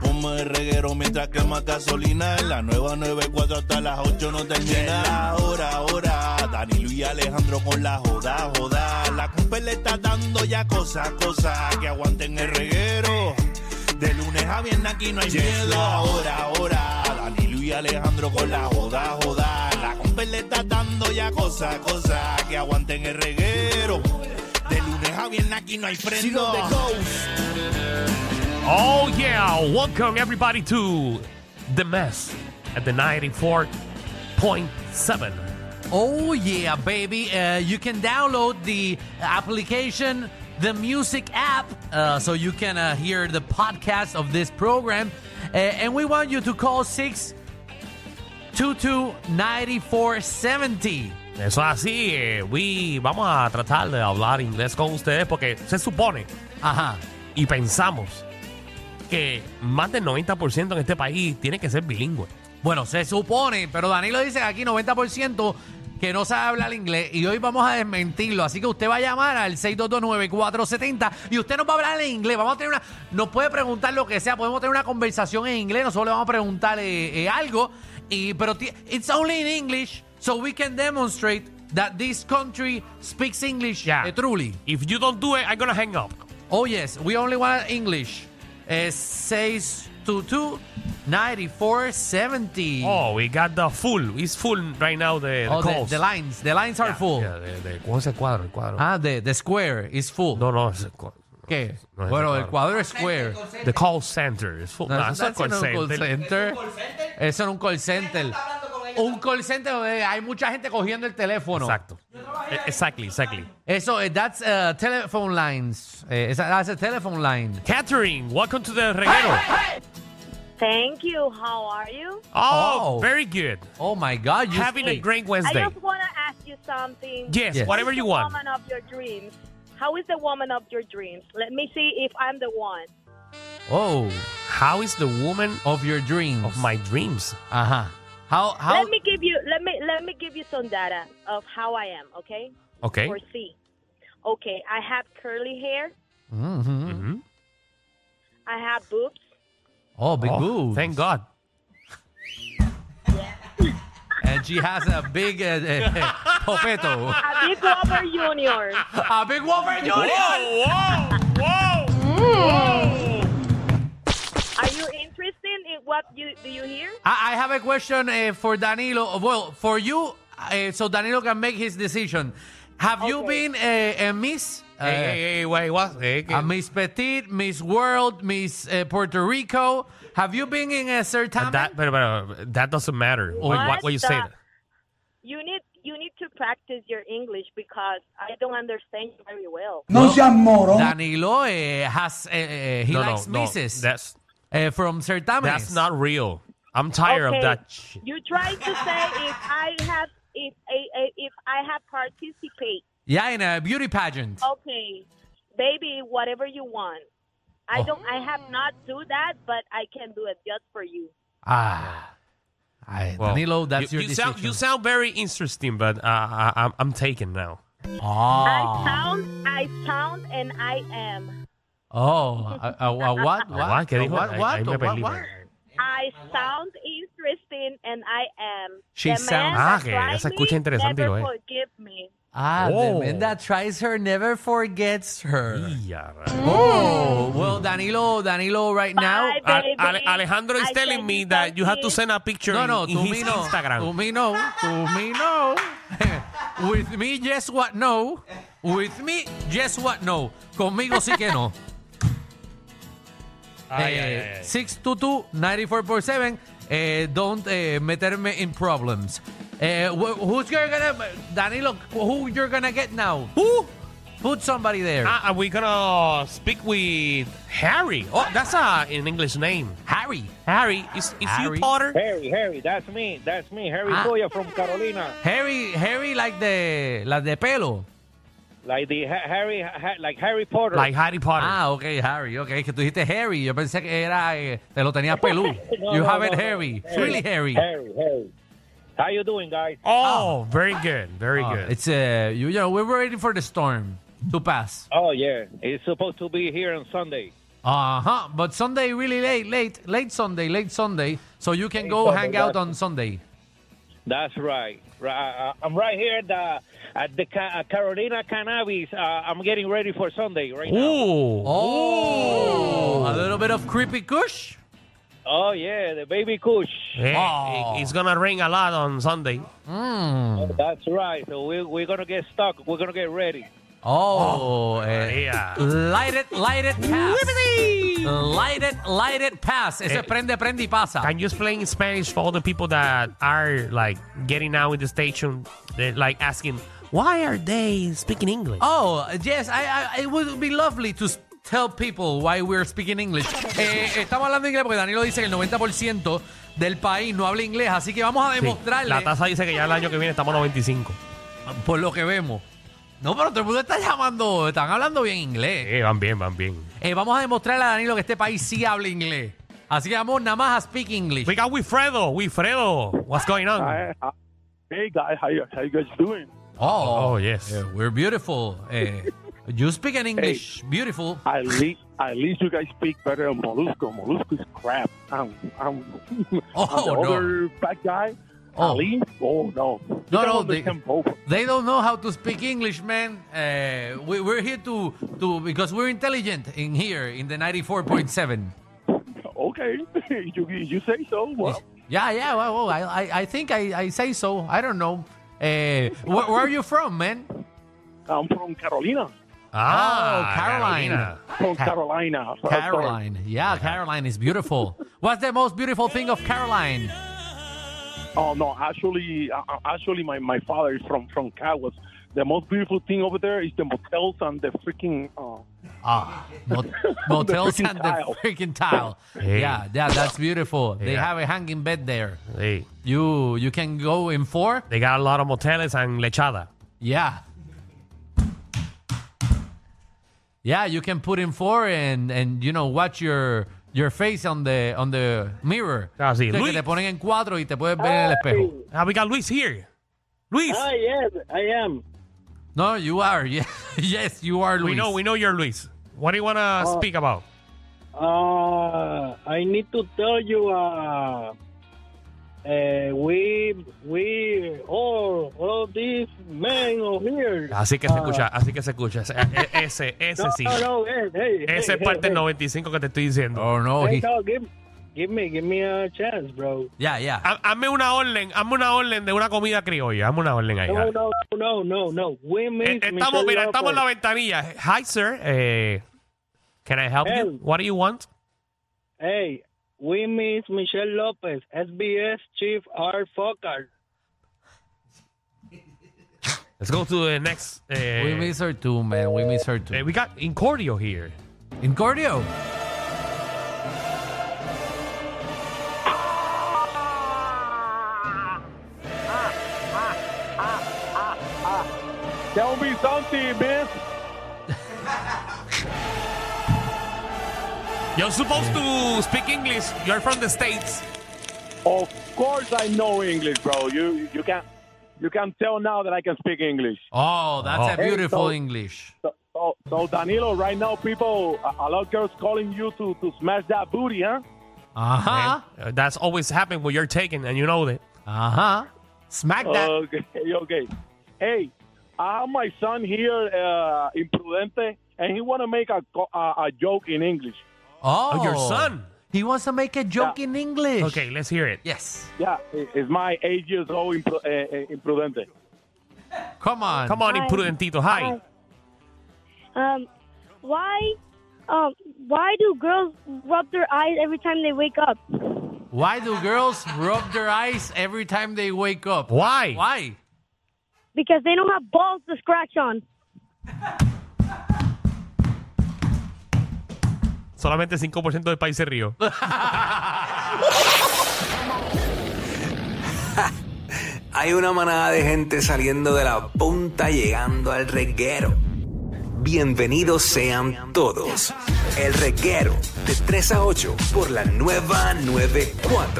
Escuchamos el reguero mientras que más gasolina. En la nueva 94 hasta las 8 no termina. Ahora, ahora, Danilo y Alejandro con la joda, joda. La cumple le está dando ya cosa, cosa. Que aguanten el reguero. De lunes a viernes aquí no hay miedo. Ahora, ahora, Danilo y Alejandro con la joda, joda. La cumple le está dando ya cosa, cosa. Que aguanten el reguero. De lunes a viernes aquí no hay freno. Oh, yeah. Welcome, everybody, to The Mess at the 94.7. Oh yeah, baby! Uh, you can download the application, the music app, uh, so you can uh, hear the podcast of this program. Uh, and we want you to call six two two ninety four seventy. Eso es así. eh, we vamos a tratar de hablar inglés con ustedes porque se supone Ajá. y pensamos que más del 90% en este país tiene que ser bilingüe. Bueno, se supone, pero Danilo dice aquí 90% que no sabe hablar inglés y hoy vamos a desmentirlo. Así que usted va a llamar al 6229470 y usted nos va a hablar en inglés. Vamos a tener una. Nos puede preguntar lo que sea, podemos tener una conversación en inglés, nosotros le vamos a preguntar eh, eh, algo. Y, pero ti- it's only in English, so we can demonstrate that this country speaks English Yeah. eh, truly. If you don't do it, I'm gonna hang up. Oh yes, we only want English. Eh, 622-9470. Oh, we got the full. It's full right now, the, the Oh, the, calls. the lines. The lines are Yeah, full. yeah, de- de- ¿Cómo es el cuadro? El cuadro. Ah, the, the square is full. No, no. es el cu- ¿Qué? no es bueno, el el cuadro es square. The call center is full. No, Nah, eso eso es no es un call call center. center. Eso no es un call center. Un call center donde hay mucha gente cogiendo el teléfono. Exacto. E- Exactly, exactly. Eso, eh, that's uh, telephone lines. Eh, esa- that's a telephone line. Catherine, welcome to the reguero. Thank you. How are you? Oh, Oh. very good. Oh my God. you Having a speak. great I Wednesday. just want to ask you something. Yes, Yes. whatever Who's you the want. Woman of your dreams. How is the woman of your dreams? Let me see if I'm the one. Oh, How is the woman of your dreams. of my dreams? Ajá. How, how, Let me give you. Let me let me give you some data of how I am. Okay. Okay. Oh, Or C. Okay. I have curly hair. Mhm. Mhm. I have boobs. Oh, big Oh, boobs. Thank God. And she has a big uh, uh, popeto. A big over junior. A big Wolver Junior. whoa, whoa. Are you interested in what you do you hear? I, I have a question uh, for Danilo. Well, for you, uh, so Danilo can make his decision. Have you Okay. been uh, a Miss? Hey, hey, Uh, hey, wait, what? Hey, a Miss Petit, Miss World, Miss uh, Puerto Rico. Have you been in a certain? that, but, but, uh, that doesn't matter. What, what, what you the- say? You need you need to practice your English because I don't understand you very well. No seas moro. Danilo uh, has uh, uh, he no, likes no, misses no. That's uh, from certámenes. that's not real. I'm tired Okay. of that. Shit. You try to say if I have if I, if I have participate. Yeah, in a beauty pageant. Oh. Okay, baby, whatever you want. I Oh. don't. I have not do that, but I can do it just for you. Ah, Ay, Well, Danilo, that's you, your you decision. sound you sound very interesting, but uh, I, I'm I'm taken now. I Ah. sound. I sound, and I am. Oh, a, a- a what? What? What? ¿Qué A dijo? what? Ahí- What? ahí me A what? perdí, What? man. I sound interesting, and I am. She the sounds- Ah, man que that ya se tried escucha me interesante, never lo es. forgive me. Ah, Oh. the man that tries her never forgets her. Yeah, right. Mm. Oh, well, Danilo, Danilo, right now. Bye, Ale- baby. Ale- Alejandro is I telling send me you that you have to send something. a picture Uh, No, in- no, in, to me his no. Instagram. To me no. To me no. With me, yes, what? No. With me, yes, what? No. Conmigo sí que no. Ay, ay, ay, eh, ay. 622-9447. Eh, don't eh, meterme in problems. Eh, wh- who's you're gonna, Danilo, who you're gonna get now? Ooh, Put somebody there. ah, are we gonna speak with Harry? Oh, that's a, an English name. Harry. Harry, is, is Harry? you Potter? Harry, Harry, that's me, that's me, Harry Ah. Goya from Carolina. Harry, Harry like de, las de pelo. Like the ha- Harry, ha- like Harry Potter. Like Harry Potter. Ah, ok, Harry, ok. Es que tú dijiste Harry. Yo pensé que era, eh, te lo tenías pelú. No, you no, have it no, no. Harry. Really Harry. Harry, Harry. How you doing, guys? Oh, very good, very Oh, good. it's, uh, you, you know, we're waiting for the storm to pass. Oh yeah, it's supposed to be here on Sunday. Uh-huh. But Sunday really late, late, late Sunday, late Sunday. So you can go Sunday, hang that's- out on Sunday. That's right. right. I'm right here at the, at the Ca- uh, Carolina Cannabis. Uh, I'm getting ready for Sunday right now. Uh, Oh, a little bit of creepy kush. Oh, yeah, the baby kush. eh, It's gonna rain a lot on Sunday. Mm. That's right. So we, we're going to get stuck. We're going to get ready. Oh, eh, María. light it, light it, pass. Light it, light it, pass. Ese Eh, prende, prende y pasa. Can you explain in Spanish for all the people that are like getting out in the station, they're, like asking why are they speaking English? Oh, yes, I, I- it would be lovely to s- tell people why we're speaking English. Eh, estamos hablando inglés porque Danilo dice que el 90% del país no habla inglés, así que vamos a Sí. demostrarle La tasa dice que ya el año que viene estamos a 95. por lo que vemos. No, pero todo el mundo está llamando, están hablando bien inglés. Eh, van bien, van bien. Eh, vamos a demostrarle a Danilo que este país sí habla inglés. Así que vamos nada más a speak English. We got Wilfredo, Wilfredo. What's going on? Ah, eh. Hi, hi. Hey guys, how you, how you guys doing? Oh, Oh, yes. eh, we're beautiful. Eh, you speak in English, beautiful. At least, at least you guys speak better than Molusco. Molusco is crap. I'm, I'm, I'm the Oh, no. other bad guy. Oh. Ali? Oh no. You No, can no, understand they- both. They don't know how to speak English, man. Eh, we, we're here to, to because we're intelligent in here in the 94.7. Okay, you you say so. Well, Yeah, yeah. Well, well, I, I, I think I, I say so. I don't know. Eh, where, where are you from, man? I'm from Carolina. Ah, Oh, Caroline. From Carolina. Uh, sorry. Caroline. Yeah, Caroline is beautiful. What's the most beautiful thing of Caroline? Oh no, actually, uh, uh, actually, my, my father is from from Caguas. The most beautiful thing over there is the motels and the freaking. Uh, Ah, mot- motels freaking and tile. the freaking tile. Hey. Yeah, yeah, that's beautiful. They Yeah. have a hanging bed there. Hey, You you can go in four. they got a lot of moteles and lechada. Yeah. Yeah, you can put in four and and you know watch your your face on the on the mirror. Ah, sí. O sea, que Luis. te ponen en cuatro y te puedes ver en el espejo. Ah, we got Luis here. Luis. Hi, yes, I am. No, you are. Yes, yes you are Luis. We know, we know you're Luis. What do you want to Oh. speak about? Uh, I need to tell you, uh, uh, we we all all these men over here. Así que se escucha, así que se escucha. Ese, e- e- ese, ese No, sí. Ah. no, no, hey, hey, Ese es hey, parte hey, del 95 que te estoy diciendo. Oh no. hey, He, no, give, give me, give me a chance, bro. yeah, yeah. Ha- Hazme una orden, hazme una orden de una comida criolla. Hazme una orden ahí. No, dale. no, no, no, no. Eh, Women. Estamos, mira, estamos en la ventanilla. Hi, sir. Eh, can I help you? Hey. What do you want? Hey, we miss Michelle Lopez, SBS chief R. Fokker. Let's go to the next. eh, We miss her too, man. We miss her eh, too. we got Incordio here. Incordio. Tell me something, miss. You're supposed to speak English. You're from the States. Of course, I know English, bro. You you can you can tell now that I can speak English. Oh, that's a Oh. beautiful Hey, so- English. So, so, so Danilo, right now, people, a, a lot of girls calling you to, to smash that booty, huh? Ajá. Uh, that's always happened when you're taken, and you know that. Ajá. Uh-huh. Smack that. Okay, okay. Hey, I have my son here uh, in Prudente, and he want to make a, co- a a joke in English. Oh, Oh, your son. He wants to make a joke in English. Okay, let's hear it. Yes. Yeah, he- he's my eight years old in, Pru- uh, uh, in Prudente. Come on. Come on, Hi. Imprudentito. Hi. Um, why, um, why do girls rub their eyes every time they wake up? Why do girls rub their eyes every time they wake up? Why? Why? Because they don't have balls to scratch on. Solamente 5% del país se rió. Hay una manada de gente saliendo de la punta llegando al reguero. Bienvenidos sean todos. El reguero de 3 a 8 por la nueva 94.